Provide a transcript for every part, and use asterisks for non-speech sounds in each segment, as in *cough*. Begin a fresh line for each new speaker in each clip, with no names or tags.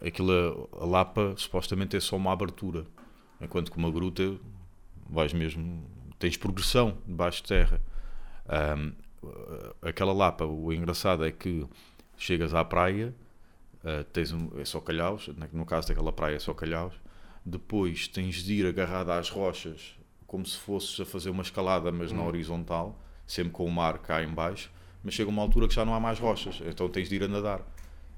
aquilo, a Lapa supostamente é só uma abertura, enquanto que uma gruta vais mesmo, tens progressão debaixo de terra. Ahm, aquela Lapa, o engraçado é que chegas à praia, ah, tens um, é só calhaus, na- no caso daquela praia é só calhaus, depois tens de ir agarrado às rochas como se fosses a fazer uma escalada, mas na horizontal, sempre com o mar cá em baixo, mas chega uma altura que já não há mais rochas, então tens de ir a nadar.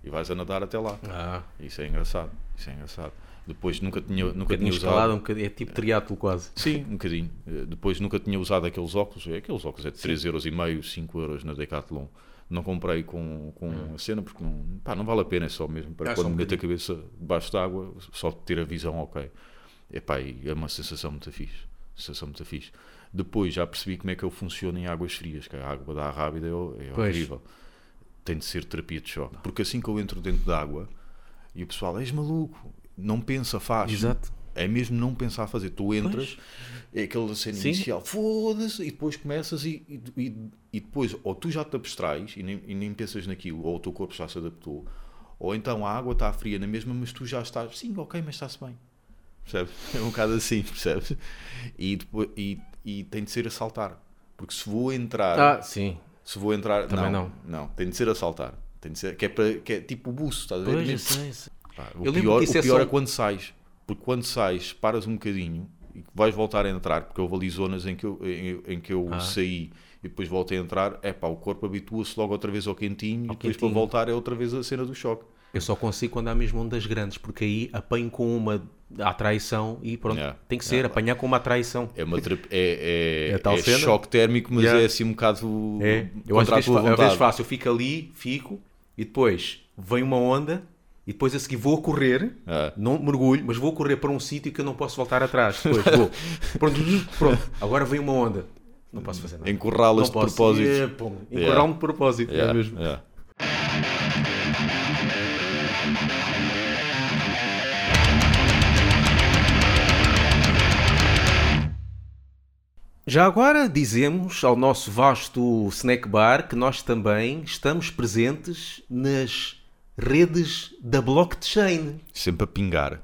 E vais a nadar até lá.
Ah,
Isso é engraçado. Isso é engraçado. Depois nunca tinha,
um
nunca tinha
bocadinho
usado.
escalado, um bocadinho, é tipo triatlo quase.
Sim, um bocadinho. Eh, Depois nunca tinha usado aqueles óculos. É, Aqueles óculos é de 3,5€, 5€ na Decathlon. Não comprei com, com a cena porque não, pá, não vale a pena. É só mesmo para
Ah,
quando
Hum. só um
meter a cabeça debaixo d'água, só ter a visão ok. Epá, e é uma sensação muito fixe. Sensação muito fixe. Depois já percebi como é que eu funciono em águas frias, que a água da Rábida é, ho- é
Pois.
horrível. Tem de ser terapia de choque. Porque assim que eu entro dentro da água e o pessoal, és maluco, não pensa, faz.
Exato.
É mesmo não pensar a fazer. Tu entras, é aquela cena
Sim.
inicial, foda-se, e depois começas e, e, e- e depois ou tu já te abstrais e nem, e nem pensas naquilo, ou o teu corpo já se adaptou, ou então a água está fria na mesma, mas tu já estás, sim, ok, mas está-se bem. Percebes? *laughs* É um bocado assim, percebes? E, depois, e, e tem de ser a saltar. Porque se vou entrar,
Ah, sim.
se vou entrar,
Também
não, não, tem de ser a saltar. Tem de ser, que é, para, que é tipo o buço, estás a ver?
Pois, eu
Mesmo-
sei, eu sei.
Pá,
Eu
o
lembro
pior,
que isso
o
é
pior
só-
é quando sais, porque quando sais, paras um bocadinho e vais voltar a entrar, porque houve ali zonas em que eu, em, em que
Ah.
eu saí e depois voltei a entrar, é pá, o corpo habitua-se logo outra vez ao quentinho e depois para
quentinho.
voltar é outra vez a cena do choque.
Eu só consigo quando há mesmo ondas grandes, porque aí apanho com uma à traição e pronto.
Yeah,
Tem que ser,
yeah.
apanhar com uma traição.
É, uma terap- é, é,
*laughs* É tal
é
cena.
choque térmico, mas
Yeah.
é assim um bocado
É, eu às
contra a
vezes,
tua
fa- às vezes
vontade.
faço, eu fico ali, fico, e depois vem uma onda, e depois a seguir vou a correr,
Ah.
não mergulho, mas vou a correr para um sítio que eu não posso voltar atrás. Depois
*laughs*
vou, pronto, pronto, agora vem uma onda, não posso fazer nada.
Encurralas
Não
É. de
posso.
propósito.
É, pum, Encurral-me de propósito, é
Yeah,
mesmo.
yeah.
Já agora dizemos ao nosso vasto snack bar que nós também estamos presentes nas redes da blockchain.
Sempre a pingar.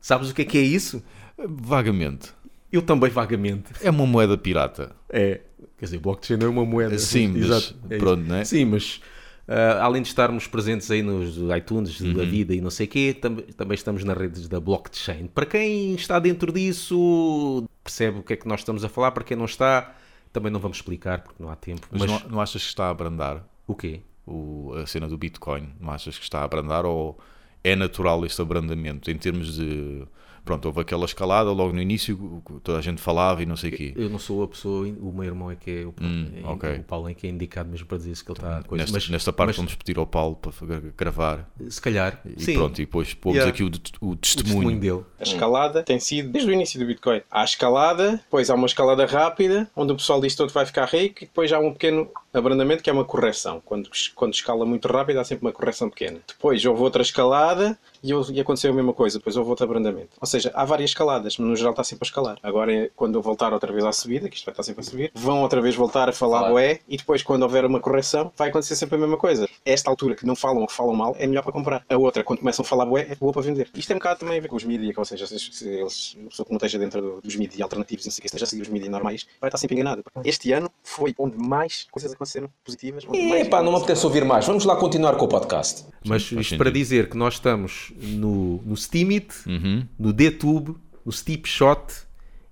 Sabes o que é que é isso?
Vagamente.
Eu também vagamente.
É uma moeda
*laughs*
pirata.
É, quer dizer, blockchain não é uma moeda.
Sim, mas
é
pronto,
isso.
né?
Sim, mas ah, além de estarmos presentes aí nos iTunes da
Uhum.
vida e não sei o quê, tam- também estamos nas redes da blockchain. Para quem está dentro disso, percebe o que é que nós estamos a falar, para quem não está, também não vamos explicar porque não há tempo. Mas,
Mas, Não, não achas que está a abrandar?
o quê?
o- a cena do Bitcoin? Não achas que está a abrandar ou é natural este abrandamento em termos de. Pronto, houve aquela escalada logo no início, o que toda a gente falava e não sei o quê.
Eu não sou a pessoa, o meu irmão é que é o, é-
Hum, ok.
o Paulo é que é indicado mesmo para dizer isso que ele está a coisa.
Nesta,
Ah, mas,
nesta parte
mas
vamos pedir ao Paulo para fa- gravar
se calhar,
e
sim,
pronto, e depois pomos
Yeah.
aqui o, de- o
o
testemunho.
testemunho dele.
A escalada tem sido desde o início do Bitcoin. Há a escalada, depois há uma escalada rápida, onde o pessoal diz todo vai ficar rico, e depois há um pequeno abrandamento que é uma correção. Quando, quando escala muito rápido, há sempre uma correção pequena. Depois houve outra escalada e, houve- e aconteceu a mesma coisa, depois houve outro abrandamento. Ou seja, há várias escaladas, mas no geral está sempre a escalar. Agora, é quando eu voltar outra vez à subida, que isto vai estar sempre a subir, vão outra vez voltar a falar
Claro.
bué, e depois, quando houver uma correção, vai acontecer sempre a mesma coisa. Esta altura que não falam ou que falam mal é melhor para comprar. A outra, quando começam a falar bué, é boa para vender. Isto é um bocado também a ver com os mídias, ou seja, se, se eles, uma pessoa que não esteja dentro do- dos mídias alternativos, não sei o que, esteja a seguir os mídias normais, vai estar sempre enganado. Este ano foi onde mais coisas aconteceram positivas. onde mais-
apetece ouvir mais. Vamos lá continuar com o podcast.
Mas
faz
isto para
sentido.
dizer que nós estamos no, no Steamit,
Uhum.
no D-Tube, no Steep Shot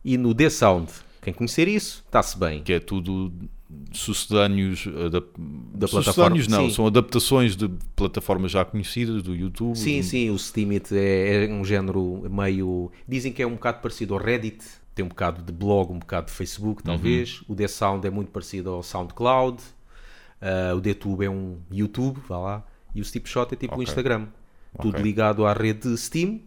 e no D-Sound. Quem conhecer isso, está-se bem.
Que é tudo sucedâneos adap... da
plataforma,
não,
sim.
são adaptações de plataformas já conhecidas, do YouTube.
Sim,
do-
sim, o Steamit é, é um género meio. Dizem que é um bocado parecido ao Reddit, tem um bocado de blog, um bocado de Facebook,
Uhum.
talvez. O The Sound é muito parecido ao SoundCloud. Ah, o DTube é um YouTube, vá lá. E o Steep Shot é tipo um Instagram. Tudo
Ok.
ligado à rede Steam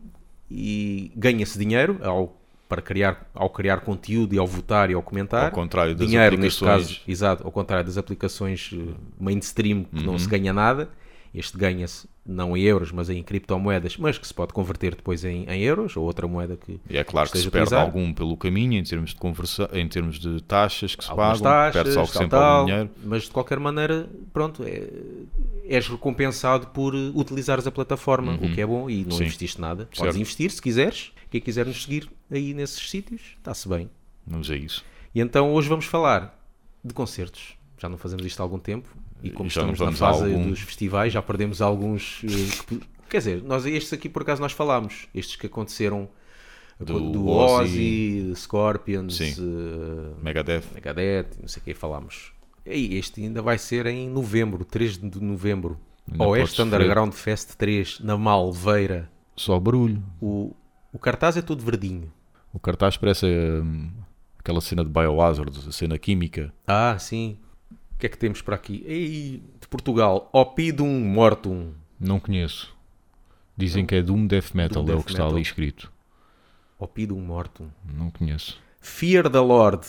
e ganha-se dinheiro ao, para criar, ao criar conteúdo e ao votar e ao comentar.
Ao contrário das
dinheiro, neste
aplicações. Uhum.
caso, exato, ao contrário das aplicações eh, mainstream que não se ganha nada. Este ganha-se não em euros, mas em criptomoedas, mas que se pode converter depois em, em euros ou outra moeda que.
E é claro que
esteja
se
a
perde
utilizar.
algum pelo caminho, em termos de, conversa, em termos de taxas que se
algumas
pagam,
taxas,
perde-se
tal,
algo- sempre
tal,
algum dinheiro.
mas de qualquer maneira, pronto, é- és recompensado por eh, utilizares a plataforma, o que é bom, e não
Uhum. Sim.
investiste nada. Podes
Certo.
investir se quiseres, quem quiser nos seguir aí nesses sítios, está-se bem.
Vamos a é isso.
E então hoje vamos falar de concertos. Já não fazemos isto há algum tempo e como
E já não
estamos na
vamos a
fase
algum.
dos festivais, já perdemos alguns. eh, que- Quer dizer, nós, estes aqui por acaso nós falámos, estes que aconteceram do,
Do
Ozzy, Scorpions,
Sim.
eh,
Megadeth.
Megadeth, não sei o que falámos. E este ainda vai ser em novembro, 3 de novembro.
Ainda podes
Oeste
ver.
Underground Fest 3, na Malveira.
Só barulho.
O, o cartaz é todo verdinho.
O cartaz parece hum, aquela cena de Biohazard, a cena química.
Ah, sim. O que é que temos para aqui? Ei, de Portugal, Opidum Mortum.
Não conheço. Dizem que é Doom Death Metal,
Doom
é o
Death
que está
Metal.
ali escrito.
Opidum Mortum.
Não conheço.
Fear the Lord.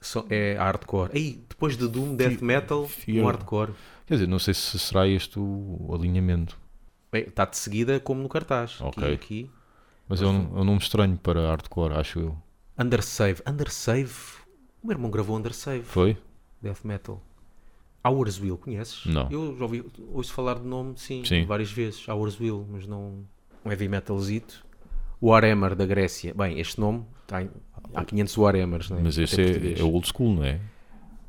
So- é hardcore. Ei, depois de Doom, Death Metal,
Fear.
um hardcore.
Quer dizer, não sei se será este o alinhamento.
Bem, Está de seguida como no cartaz.
Ok.
Aqui, aqui.
Mas é um, é um nome estranho para hardcore, acho eu.
Undersave. Undersave? O meu irmão gravou Undersave.
Foi?
Death Metal. Hours Will, conheces?
Não.
Eu já ouvi, ouço falar de nome, sim,
Sim.
várias vezes. Hours Will, mas não. Um heavy metalzito. Warhammer da Grécia. Bem, este nome. Tá em- há 500 Warhammers, né?
Mas esse
Até
é,
português. É
é old school, não é?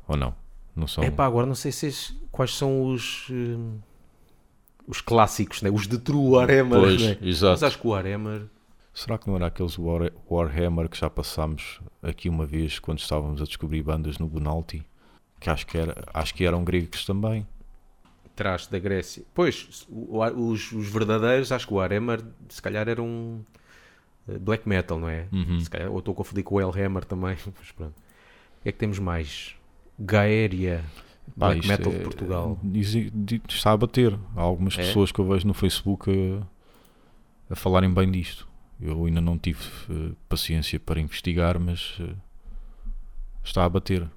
Ou não? Não são.
Epá, agora não sei se es- quais são os. hum, os clássicos, né? Os de true Warhammer.
Pois,
né? Mas
exato.
acho que o Warhammer.
Será que não era aqueles War- Warhammer que já passámos aqui uma vez quando estávamos a descobrir bandas no Bonalti? Que acho que, era, acho que eram gregos também.
Trás da Grécia. Pois, o- o- os, os verdadeiros, acho que o Warhammer, se calhar era um eh, black metal, não é?
Uhum.
Se calhar, ou estou a confundir com o Hellhammer também. *laughs* Mas pronto. O que é que temos mais? Gaéria,
Pá,
black
isto
metal de
é-
Portugal.
diz- di- está a bater. Há algumas
É?
pessoas que eu vejo no Facebook a, a falarem bem disto. Eu ainda não tive eh, paciência para investigar, mas eh, está a bater.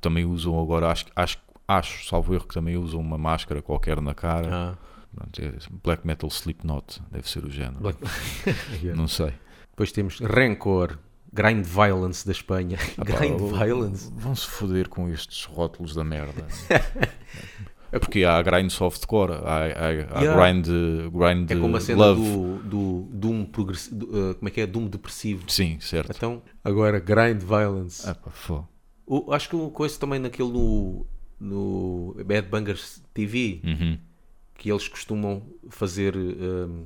Também usam agora, acho, acho, acho, salvo erro, que também usam uma máscara qualquer na cara.
Ah,
Pronto, é black metal Slipknot, deve ser o género.
Black- *laughs*
Não sei.
Depois temos Rancor, Grind Violence da Espanha.
Ah,
Grind Violence?
Vão-se foder com estes rótulos da merda. é *laughs* porque há grind softcore, há, há, há
Yeah.
grind, eh, grind
É como a
eh,
cena
love.
do, do Doom progressivo. como é que é? Doom depressivo.
Sim, certo.
Então, agora Grind Violence.
Ah, pá, fô.
O- acho que o coisa também naquele no, no Bad Bangers TV
Uhum.
que eles costumam fazer hum,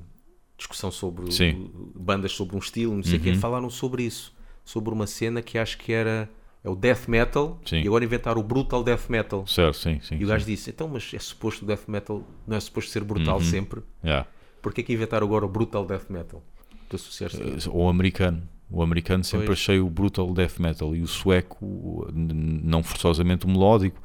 discussão sobre o-
Sim. Uhum.
bandas sobre um estilo, não sei o quê, falaram sobre isso, sobre uma cena que acho que era é o death metal
Sim.
e agora inventaram o brutal death metal.
Certo, sim, sim.
E o
sim. Uhum.
gajo disse, então, mas é suposto o death metal não é suposto ser brutal sempre?
Yeah.
Porquê que inventaram agora o brutal death metal? Tu associaste a isso?
Ou o americano. O americano sempre
Pois.
achei o brutal death metal e o sueco, n- não forçosamente o melódico,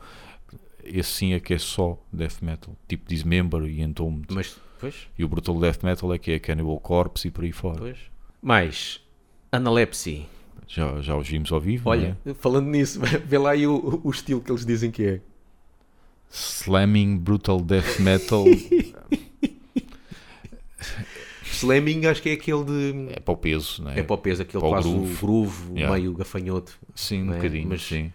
esse sim é que é só death metal. Tipo Dismember e Entombed.
Mas, pois,
E o brutal death metal é que é Cannibal Corpse e por aí fora.
pois. Mais, Analepsy.
Já, já os vimos ao vivo. não
Olha,
é?
falando nisso, *laughs* vê lá aí o, o estilo que eles dizem que é.
Slamming Brutal Death
*laughs*
Metal
Slamming acho que é aquele de...
é para o peso, não é?
É para o peso, aquele
Para o
quase groove,
groove.
groove
Yeah.
meio gafanhoto.
Sim, um
não é?
bocadinho,
Mas
sim.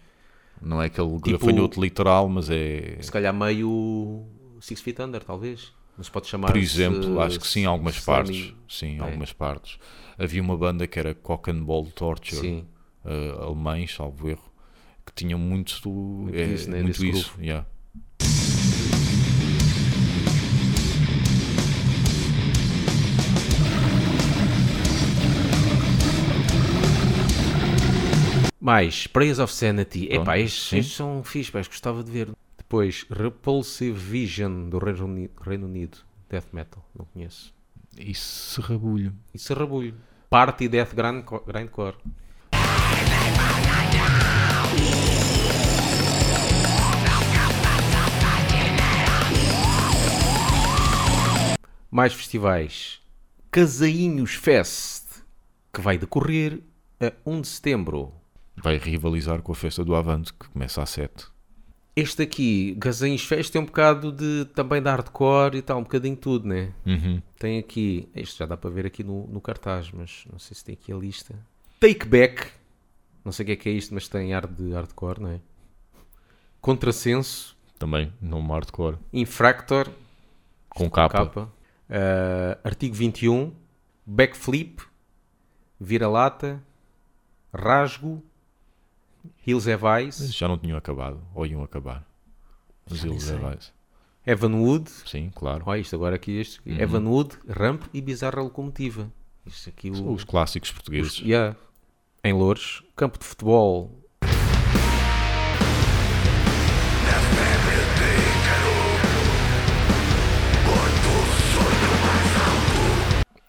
Não é aquele
Tipo-
gafanhoto literal, mas é.
se calhar meio Six Feet Under, talvez. Não se pode chamar
Por exemplo, acho que sim, algumas
slamming. é.
partes. Sim, algumas partes. Havia uma banda que era Cock and Ball Torture,
Sim.
eh, alemães, salvo erro, que tinham muito, é,
isso, né,
muito
desse
isso. yeah.
Mais, Praise of Sanity.
Pronto,
Epá, estes,
sim.
estes são fixe, pá, estes gostava de ver. Depois, Repulsive Vision do Reino Uni- Reino Unido. Death Metal, não conheço.
Isso rabulho.
Isso é rabulho. Party Death Grindco- Grindcore. Mais festivais. Casainhos Fest, que vai decorrer a 1 de setembro.
Vai rivalizar com a festa do Avante, que começa a 7.
Este aqui, Gazinhos Fest, tem um bocado de também de hardcore e tal, um bocadinho de tudo, né?
Uhum.
Tem aqui, isto já dá para ver aqui no, no cartaz, mas não sei se tem aqui a lista. Take Back, não sei o que é que é isto, mas tem ar de hardcore, não é? Contrasenso,
Também, nome hardcore.
Infractor,
Com capa.
capa. Ah, artigo 21, backflip, vira-lata, rasgo, Hills Have Eyes,
Já não tinham acabado. Ou iam acabar. é Os Hills Have Eyes.
Evan Wood,
Sim, claro.
olha é? isto agora aqui, este, Evan Wood, Ramp e Bizarra Locomotiva. Isto aqui o...
Os clássicos portugueses.
Yeah. Em Loures, campo de futebol.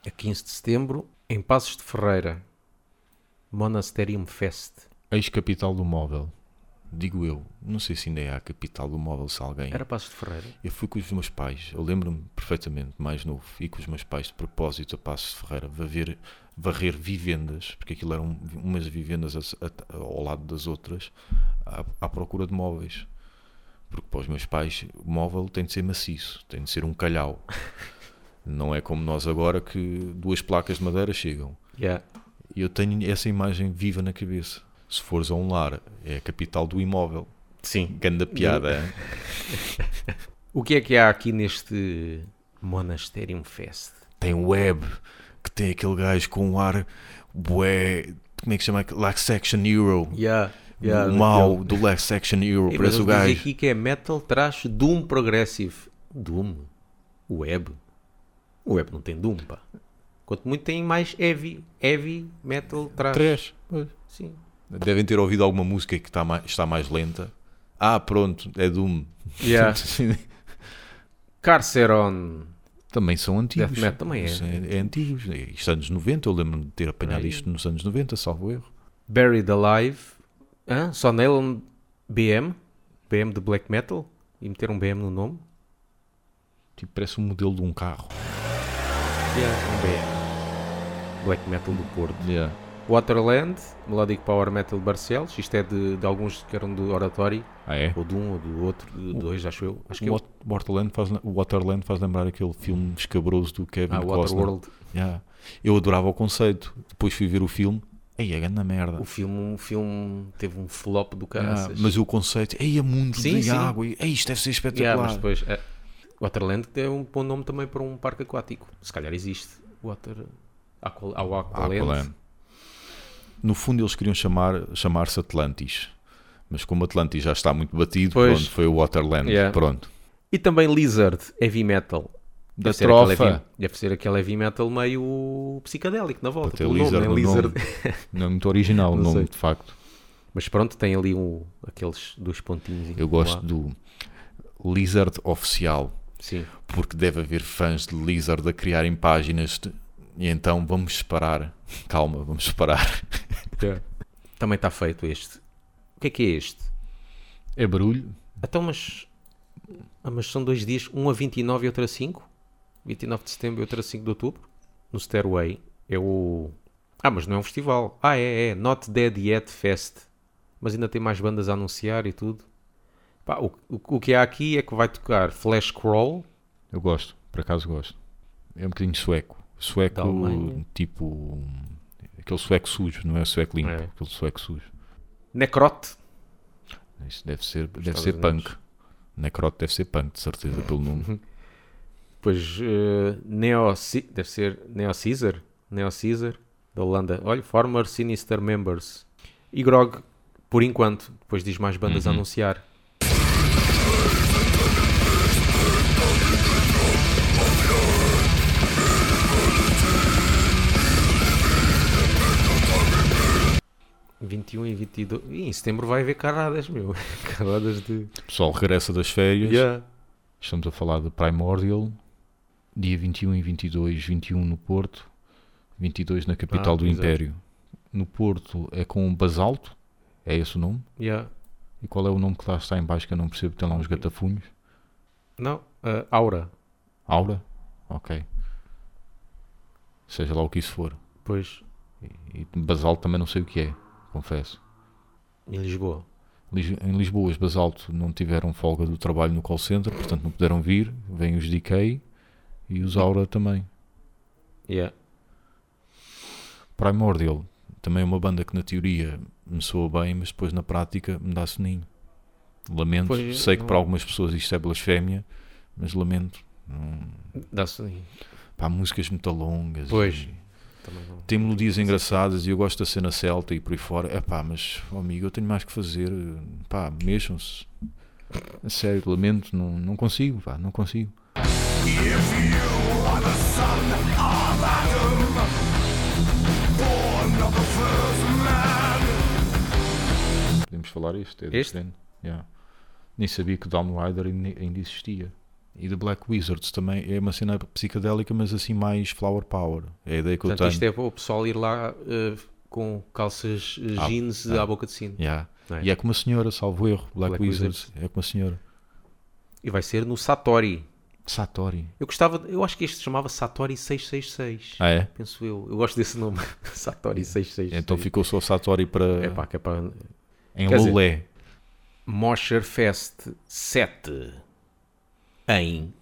A 15 de setembro, em Passos de Ferreira, Monasterium Fest.
Ex-capital do móvel. Digo eu. Não sei se ainda é a capital do móvel, se alguém.
Era Passos de Ferreira.
Eu fui com os meus pais, eu lembro-me perfeitamente, mais novo, e com os meus pais de propósito a Passos de Ferreira, varrer, varrer vivendas, porque aquilo eram umas vivendas a- a- ao lado das outras, à, à procura de móveis. Porque para os meus pais, o móvel tem de ser maciço, tem de ser um *laughs* calhau. Não é como nós agora que duas placas de madeira chegam.
Yeah.
E eu tenho essa imagem viva na cabeça. Se fores a um lar, é a capital do imóvel.
Sim.
Ganda piada, hein?
O que é que há aqui neste Monasterium Fest?
tem um web, que tem aquele gajo com um ar bué, como é que chama? aquele? Lax Section Hero.
Yeah.
o mal do Lax Section Hero,
Ei, mas
parece o
eles dizem
gajo.
aqui que é metal trash doom progressive. Doom? Web? O Web não tem doom, pá. Quanto muito tem mais heavy, heavy metal trash.
Três.
Sim.
Devem ter ouvido alguma música que está mais, está mais lenta. Ah, pronto, é Doom. *laughs*
Yeah. Carceron.
Também são antigos.
Death metal também é.
Isso É, é antigos. Isto anos 90, eu lembro-me de ter apanhado isto nos anos 90, salvo erro.
Buried Alive. Hã? Só nele um BM. BM de black metal. E meter um BM no nome.
Tipo, parece um modelo de um carro.
Um BM. Black metal do Porto.
Yeah.
Waterland. Melodic Power Metal de Barcelos. Isto é de, de alguns que eram do Oratório.
Ah, é?
Ou de um ou do outro, de dois, acho eu. Acho que
O
é o
Wat- Waterland faz, o Waterland faz lembrar aquele filme escabroso do Kevin
ah,
Costner.
Waterworld.
Yeah. Eu adorava o conceito. Depois fui ver o filme. Ei, é grande merda.
O filme, o filme teve um flop do
Yeah,
caraças.
Ah, mas o conceito. Ei, é mundo
Sim,
de
sim.
água. Ei, isto deve ser espetacular.
Yeah, mas depois, é, Waterland é um bom nome também para um parque aquático. Se calhar existe. Water... Aqual... Ao Aqualand.
Aqualand. Ah, No fundo, eles queriam chamar- chamar-se Atlantis. Mas como Atlantis já está muito batido,
Pois.
pronto, foi o Waterland.
Yeah.
Pronto.
E também Lizard, heavy metal.
Da
ser aquele
trofa.
heavy- deve ser aquele heavy metal meio psicadélico na volta.
Para ter
pelo nome,
Lizard
né?
no
Lizard. *laughs*
nome. Não é muito original o
Não
nome,
sei.
de facto.
Mas pronto, tem ali um, aqueles dois pontinhos.
Eu gosto do Lizard Oficial.
Sim.
porque deve haver fãs de Lizard a criarem páginas de- e então vamos separar. Calma, vamos separar.
Também está feito este. O que é que é este?
É barulho?
Então, mas. Ah, mas são dois dias, um a 29 e outro a 5? 29 de setembro e outro a 5 de outubro? No Stairway é o. Ah, mas não é um festival. Ah, é, é. Not Dead Yet Fest. Mas ainda tem mais bandas a anunciar e tudo. Pá, o, o, o que há aqui é que vai tocar Flash Crawl.
Eu gosto, por acaso gosto. É um bocadinho sueco. Sueco,
Da Alemanha.
tipo. Aquele sueco sujo, não é sueco limpo,
É.
aquele sueco sujo.
Necrot.
Isso deve ser, deve
Estados
ser
Unidos.
punk. Necrote deve ser punk, de certeza, pelo
*laughs*
nome.
Depois eh, Neo. Ci- Deve ser Neo Caesar. Neo Caesar da Holanda. Olha, Former Sinister Members. E Grog, por enquanto. Depois diz mais bandas a anunciar. e 22. Ih, em setembro vai haver caradas, meu. *laughs* Caradas de.
O pessoal regressa das férias. Estamos a falar de Primordial, dia 21 e 22, 21 no Porto, 22 na capital
Ah,
do
exato.
Império. No Porto é com Basalto, é esse o nome?
Yeah.
E qual é o nome que lá está em baixo que eu não percebo, tem lá uns gatafunhos?
Não, eh, Aura.
Aura? Ok. Seja lá o que isso for.
Pois,
E Basalto também não sei o que é, confesso.
em Lisboa.
Lis- Em Lisboa, os Basalto não tiveram folga do trabalho no call center, portanto não puderam vir. Vêm os DK e os Aura também.
Yeah.
Primordial também é uma banda que na teoria me soa bem, mas depois na prática me dá soninho. Lamento,
Pois,
sei que
não-
para algumas pessoas isto é blasfémia, mas lamento.
Dá-se.
Pá, músicas muito longas.
Pois.
e-
Também não.
Tem melodias engraçadas e eu gosto da cena celta e por aí fora. É pá, mas oh, amigo, eu tenho mais que fazer. Pá, mexam-se. A sério, lamento, não, não consigo, pá, não consigo. Podemos falar isto, é
Este?
diferente. Yeah. Nem sabia que Down Rider ainda ainda existia. E The Black Wizards também é uma cena psicadélica, mas assim mais flower power. É a ideia que eu
Portanto,
tenho.
isto é para o pessoal ir lá eh, com calças eh,
Ah,
jeans à boca de sino.
Yeah.
Não é?
E é com uma senhora, salvo erro. Black,
Black
Wizards. É com uma senhora.
E vai ser no Satori.
Satori.
Eu gostava, eu acho que este se chamava Satori 666.
Ah, é?
Penso eu. Eu gosto desse nome. *laughs* Satori 666.
Então ficou só Satori para.
É pá, que é para.
em
quer dizer-
Lolé.
Mosher Fest 7 em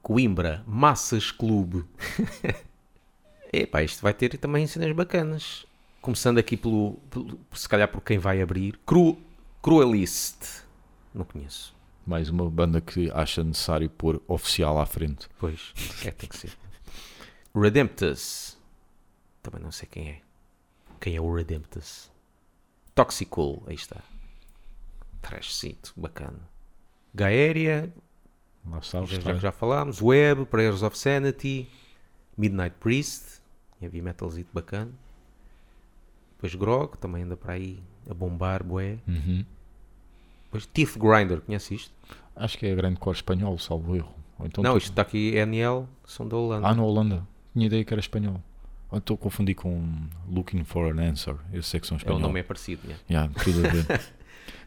Coimbra, Massas Clube. Epá, isto vai ter também cenas bacanas. Começando aqui pelo, pelo- se calhar por quem vai abrir. Cru, Cruelist. Não conheço.
Mais uma banda que acha necessário pôr oficial à frente.
Pois, é, tem que ser. Redemptus. Também não sei quem é. Quem é o Redemptus? Toxical, aí está. Trashcito, bacana. Gaéria,
Lá está o
já, já,
estranho.
já falámos. Web, Prayers of Sanity, Midnight Priest, heavy metalzito bacana. Depois Grog, também anda para aí a bombar, bué.
Uhum.
Depois Teeth Grinder, conhece isto?
Acho que é a grande cor espanhol, salvo erro. Ou então
Não,
tô-
isto está aqui NL, são da Holanda.
Ah, na Holanda. Tinha ideia que era espanhol. Ou estou a confundir com Looking for an Answer. Eu sei que são
é, o
espanhol.
nome é parecido, né?
Yeah, tudo a ver.
*laughs*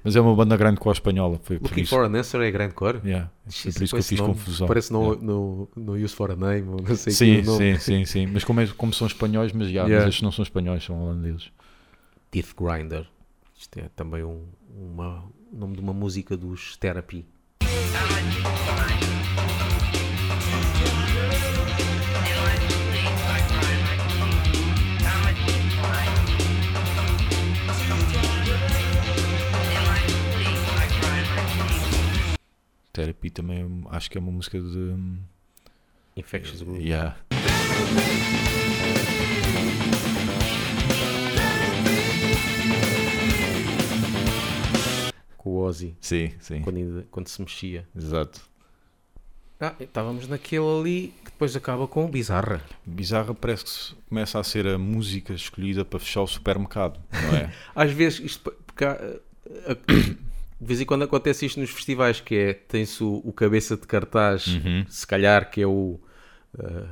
mas é uma banda grande cor espanhola. Foi por
Looking
isso.
for an answer é grande cor?
Yeah, foi por isso que eu fiz confusão.
Parece no, no, no Use for a Name, ou não sei
Sim,
que um nome.
sim, sim, sim. Mas como, é- como são espanhóis, mas, já,
Yeah.
mas estes não são espanhóis, são holandeses.
Teeth Grinder. Isto é também um, uma, o nome de uma música dos Therapy.
Therapy também é- acho que é uma música de.
Infectious Group.
Yeah.
Com o Ozzy,
Sim, sim.
quando, ainda- quando se mexia.
Exato.
Ah, estávamos naquele ali que depois acaba com bizarra.
Bizarra parece que se- começa a ser a música escolhida para fechar o supermercado, não é?
Às vezes, isto, porque há, eh, a- *coughs* a- de vez em quando acontece isto nos festivais, que é, tem-se o, o cabeça de cartaz, se calhar que é o, ah,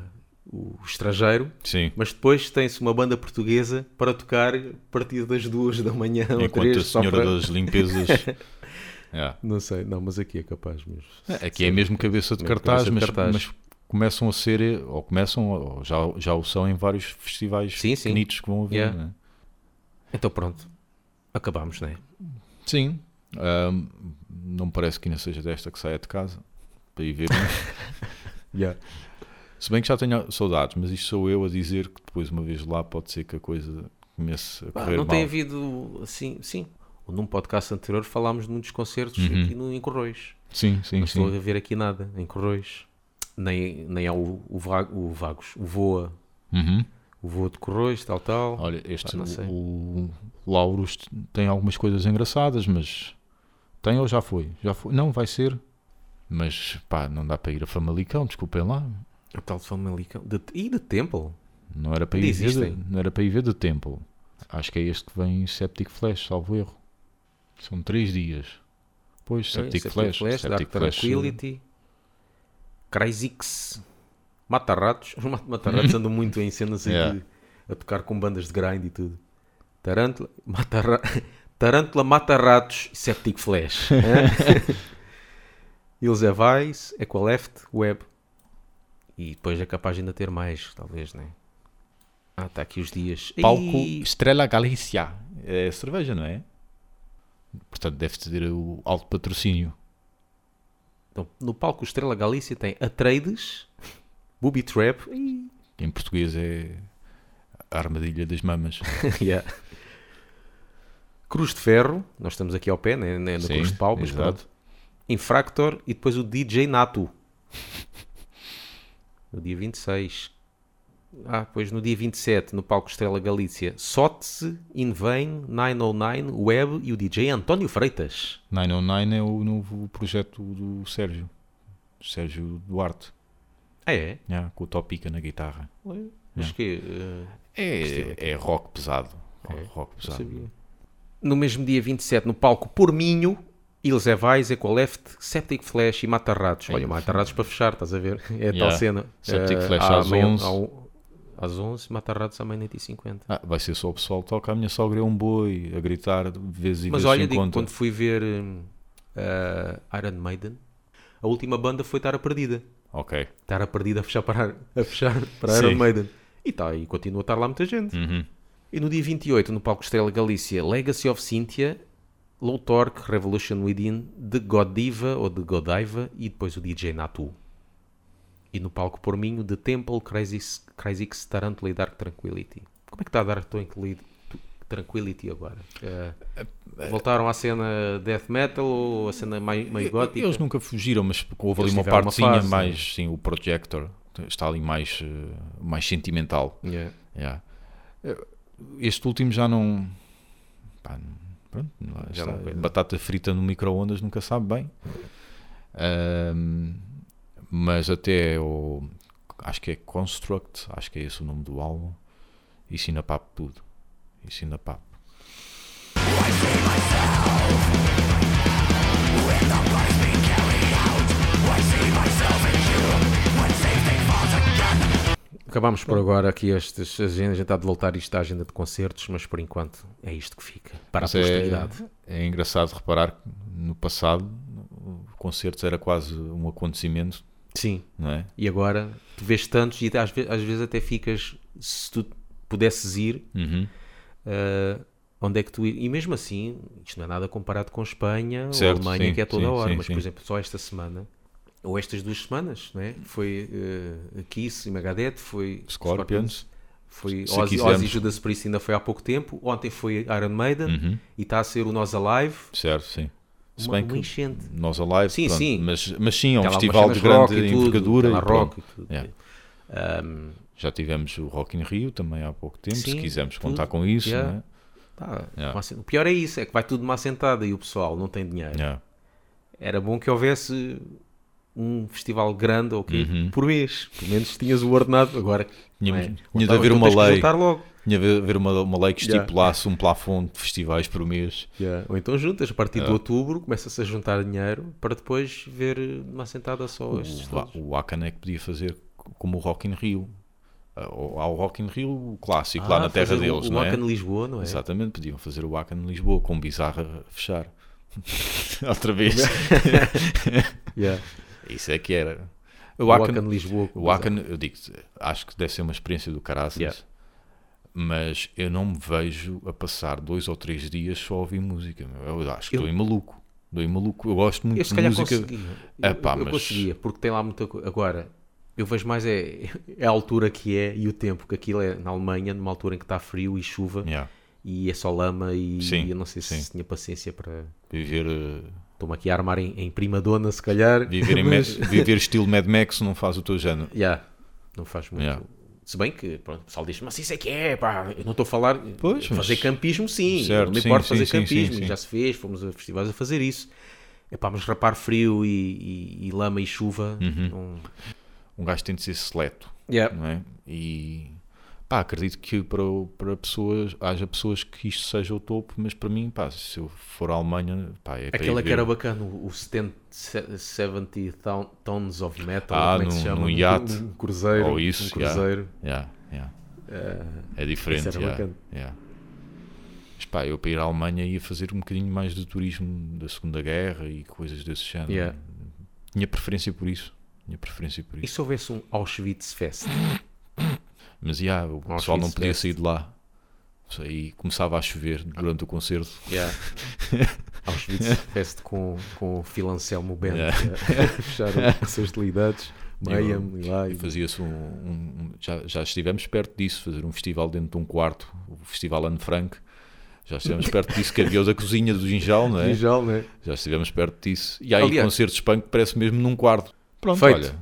o estrangeiro,
*laughs* Sim.
mas depois tem-se uma banda portuguesa para tocar a partir das duas da manhã ou
Enquanto
três,
a
só
senhora
para-
das
*laughs*
limpezas. Yeah.
Não sei, não, mas aqui é capaz mesmo.
Aqui é mesmo cabeça de
Mesmo
cartaz,
cabeça de
mas,
cartaz.
mas começam a ser, ou começam, ou já, já o são em vários festivais
Sim, sim.
pequenitos que vão haver,
Yeah.
não é?
Então pronto, acabámos, não é?
Sim. Ahm, não me parece que ainda seja desta que saia de casa para ir ver. *laughs* Se bem que já tenho saudades, mas isto sou eu a dizer que depois, uma vez lá, pode ser que a coisa comece a
Pá,
correr
Ah, não
mal.
tem havido assim, sim. Num podcast anterior falámos de muitos concertos aqui no, em Corroios.
Sim, sim,
Não
sim.
estou a ver aqui nada em Corroios. Nem, nem há o, o, Vra- o Vagos, o Voa,
Uhum.
o Voa de Corroios, tal, tal.
Olha, este,
Pá, não sei.
o, o Lauros tem algumas coisas engraçadas, mas tem ou já foi? Já foi? Não, vai ser. Mas, pá, não dá para ir a Famalicão, desculpem lá.
A tal de Famalicão. De, e de Temple?
Não era para ir,
Ainda
ver,
existem?
não era para ir ver The Temple. Acho que é este que vem Septic Flash, salvo erro. São três dias. Pois, Septic, Flash.
Dark
Septic Flash.
Tranquility. Cryzix. Mata-ratos. *laughs* Os mat- mata-ratos
*laughs*
andam muito em cenas aí
Yeah.
de- a tocar com bandas de grind e tudo. Tarântula, *laughs* mata Tarântula mata-ratos e
*laughs*
Septic Flash. né? *laughs* hã? Eles é Vice, Equaleft, Web. E depois é capaz de ainda ter mais, talvez, né? Ah, está aqui os dias.
Palco
Ih,
Estrela Galícia. É cerveja, não é? Portanto, deve ter o alto patrocínio.
Então, no palco Estrela Galícia tem Atreides, Booby Trap e.
Em português é a armadilha das *laughs* mamas.
*laughs* Yeah. Cruz de Ferro, nós estamos aqui ao pé, né? né, na
Sim,
Cruz de Pau, mas
exato.
pronto. Infractor e depois o DJ Natu. No dia 26. Ah, pois no dia 27, no palco Estrela Galícia, Sotse, Invane, 909, Web e oh o DJ António Freitas.
909 é o novo projeto do Sérgio. Sérgio Duarte.
Ah, é?
Yeah, com o Topica na guitarra.
Mas que. eh,
É, é rock pesado. rock pesado.
No mesmo dia 27, no palco Porminho, Ilse Vais, Ecoleft, Septic Flash e Matarratos. Olha, Matarratos para fechar, estás a ver? É a tal
Yeah.
cena.
Septic
Eh,
Flash
à
às
meia-
11.
ao- Às 11, Matarratos à meia-noite e 50.
Ah, vai ser só o pessoal que toca. A minha sogra é um boi a gritar de vez em
Mas
vez
olha,
sem
digo,
conta.
quando fui ver eh, eh, Iron Maiden, a última banda foi Tara Perdida.
Ok.
Tara Perdida a fechar para, a fechar para
Sim.
Iron Maiden. E, tá, e continua a estar lá muita gente.
Uhum.
E no dia 28, no palco Estrela Galícia, Legacy of Cynthia, Low Torque, Revolution Within, The Godiva ou The Godiva e depois o DJ Natu. E no palco por mim, o The Temple, Crysis- Crysix, Tarantula e Dark Tranquility. Como é que está a Dark Tranquili- tu- Tranquility agora? Eh, voltaram à cena death metal ou à cena mai- meio gótica?
Eles nunca fugiram, mas houve ali
Eles
uma
tiveram uma
partezinha
fase, né?
mais. Sim, o Projector está ali mais, eh, mais sentimental.
Yeah.
Yeah. Eh, Este último já não. pá, não- pronto, não- lá está.
não aguenta.
batata frita no micro-ondas nunca sabe bem. Ahm, mas até o. Acho que é Construct, acho que é esse o nome do álbum. Ensina papo tudo. Ensina papo.
Acabámos por agora aqui estas agendas. A gente está de voltar isto à agenda de concertos, mas por enquanto é isto que fica para
Mas
a
é,
posteridade.
é engraçado reparar que no passado o concerto era quase um acontecimento,
Sim.
não é?
E agora tu vês tantos e às vezes, às vezes até ficas, se tu pudesses ir,
Uhum.
ah, onde é que tu ir? E mesmo assim, isto não é nada comparado com Espanha
Certo,
ou Alemanha,
sim,
que é toda
sim,
a hora,
sim,
mas
sim.
por exemplo, só esta semana, ou estas duas semanas, não é? foi ah, Kiss e Megadeth, foi
Scorpions.
foi
Se
Ozzy,
quisermos.
Ozzy e Judas Priest ainda foi há pouco tempo, ontem foi Iron Maiden e está a ser o Nós Alive,
Certo, sim. Uhum. Se
uma,
bem
uma
que-
enchente.
Nós Alive,
Sim,
pronto,
sim.
Mas, mas sim, é um
Tem lá
festival
algumas
de
cenas
grande
rock e tudo,
envergadura.
tem lá
e
rock
pronto. É.
e tudo.
Yeah. Já tivemos o Rock in Rio também há pouco tempo, se
Sim,
quisermos
tudo.
contar com isso.
Yeah.
né?
Tá,
Yeah.
uma assi- O pior é isso, é que vai tudo de uma assentada e o pessoal não tem dinheiro.
Yeah.
Era bom que houvesse um festival grande ou quê, por mês. Pelo menos tinhas o ordenado. Agora,
Tínhamos-
não é?
Uhum. tinha de
Então
haver uma
tens que
lei.
juntar logo.
Tinha de haver uma, uma lei que
Yeah.
estipulasse um plafond de festivais por mês.
Ou então juntas, a partir
É.
de outubro, começa-se a juntar dinheiro para depois ver eh, uma assentada só estes
O, Va-
todos.
o Akane é que podia fazer como o Rock in Rio. Ah, ou- Há o Rock in Rio o clássico lá
Ah,
na terra
fazer o-
deles,
o
não é?
Acan Lisboa, não é?
Exatamente, podiam fazer o Akane em Lisboa com Bizarra a fechar. *laughs* Outra vez.
*laughs* Yeah.
Isso é que era.
O Acan,
Akan-
Lisboa.
O Akan, eu digo, acho que deve ser uma experiência do caraças,
Yeah.
mas eu não me vejo a passar dois ou três dias só a ouvir música. meu. Eu acho que
Eu-
estou em maluco. Estou em maluco. Eu gosto muito
Eu se
de
calhar
música.
conseguia.
Ah,
Eu-
pá,
eu,
mas-
conseguia, porque tem lá muita coisa. Agora, eu vejo mais é, é a altura que é e o tempo, que aquilo é na Alemanha, numa altura em que está frio e chuva
Yeah.
e é só lama e,
Sim,
eu não sei se
sim.
tinha paciência para.
Viver, eh,
Estou-me aqui a armar em, em prima dona, se calhar. *laughs*
viver, em
mas-
Mad- viver estilo Mad Max não faz o teu género.
Yeah, não faz muito.
Yeah.
Se bem que pronto, o pessoal diz, mas isso é que é, pá, eu não estou a falar.
Pois, mas-
fazer campismo, sim.
Certo,
não me
sim,
importa
sim,
fazer
sim,
campismo,
sim, sim.
já se fez, fomos a festivais a fazer isso. Epá, mas rapar frio e, e- e lama e chuva.
Uhum.
não-
Um gajo tem de ser seleto,
Yeah.
não é? E pá, acredito que para, o- para pessoas, haja pessoas que isto seja o topo, mas para mim, pá, se eu for à Alemanha, pá, é para ir
Aquela que
ver.
era bacana, o 70, se- 70 ton- Tons of Metal,
Ah,
como é que
num-
se chama?
num
Um cru-
iate.
Um cruzeiro.
Ou isso,
um cruzeiro.
Yeah, yeah. é diferente.
Eh, isso era
yeah,
bacana.
yeah. Mas pá, eu para ir à Alemanha ia fazer um bocadinho mais de turismo da Segunda Guerra e coisas desse género.
Yeah.
Tinha preferência por isso. Tinha preferência por
E
isso.
se houvesse um Auschwitz Fest?
Mas yeah, o
Auschwitz
pessoal não podia
Fest.
sair de lá. Isso aí começava a chover durante o concerto.
Yeah. *laughs* Auschwitz Fest com, com o Filancelmo Bento
Yeah.
*laughs* a fechar *laughs* as suas utilidades. Miami, lá.
E
E...
fazia-se um, um- já, já estivemos perto disso, fazer um festival dentro de um quarto, o Festival Anne Frank. Já estivemos perto disso, que é havia o da cozinha do Ginjal, não é?
Gijal, né?
Já estivemos perto disso. E há aí
Aliás-
concertos punk que parece mesmo num quarto. Pronto,
Feito.
olha.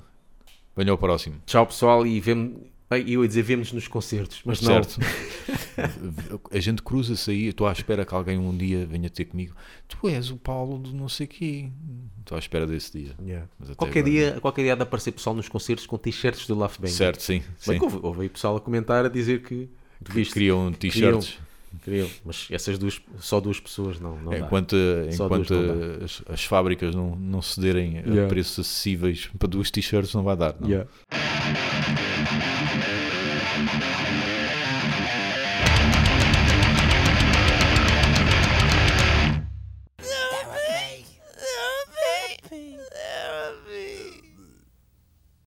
Venha ao próximo.
Tchau, pessoal, e vemo... Ai, Eu ia dizer vemos nos concertos, mas não.
Certo. *laughs* A gente cruza-se aí. eu Estou à espera que alguém um dia venha ter comigo. Tu és o Paulo do não sei quê. Estou à espera desse dia.
Yeah.
Mas até
Qualquer,
agora
dia, qualquer dia há de aparecer pessoal nos concertos com t-shirts do Laugh Bang.
Certo, sim. sim.
Mas houve, houve aí pessoal a comentar, a dizer que
Que
deviste.
Criam um t-shirts.
Queriam, mas essas duas, só duas pessoas não, não dá.
Enquanto,
Só
enquanto
duas não
as, as fábricas não, não cederem
Yeah.
a preços acessíveis para duas t-shirts, não vai dar. Não?
Yeah.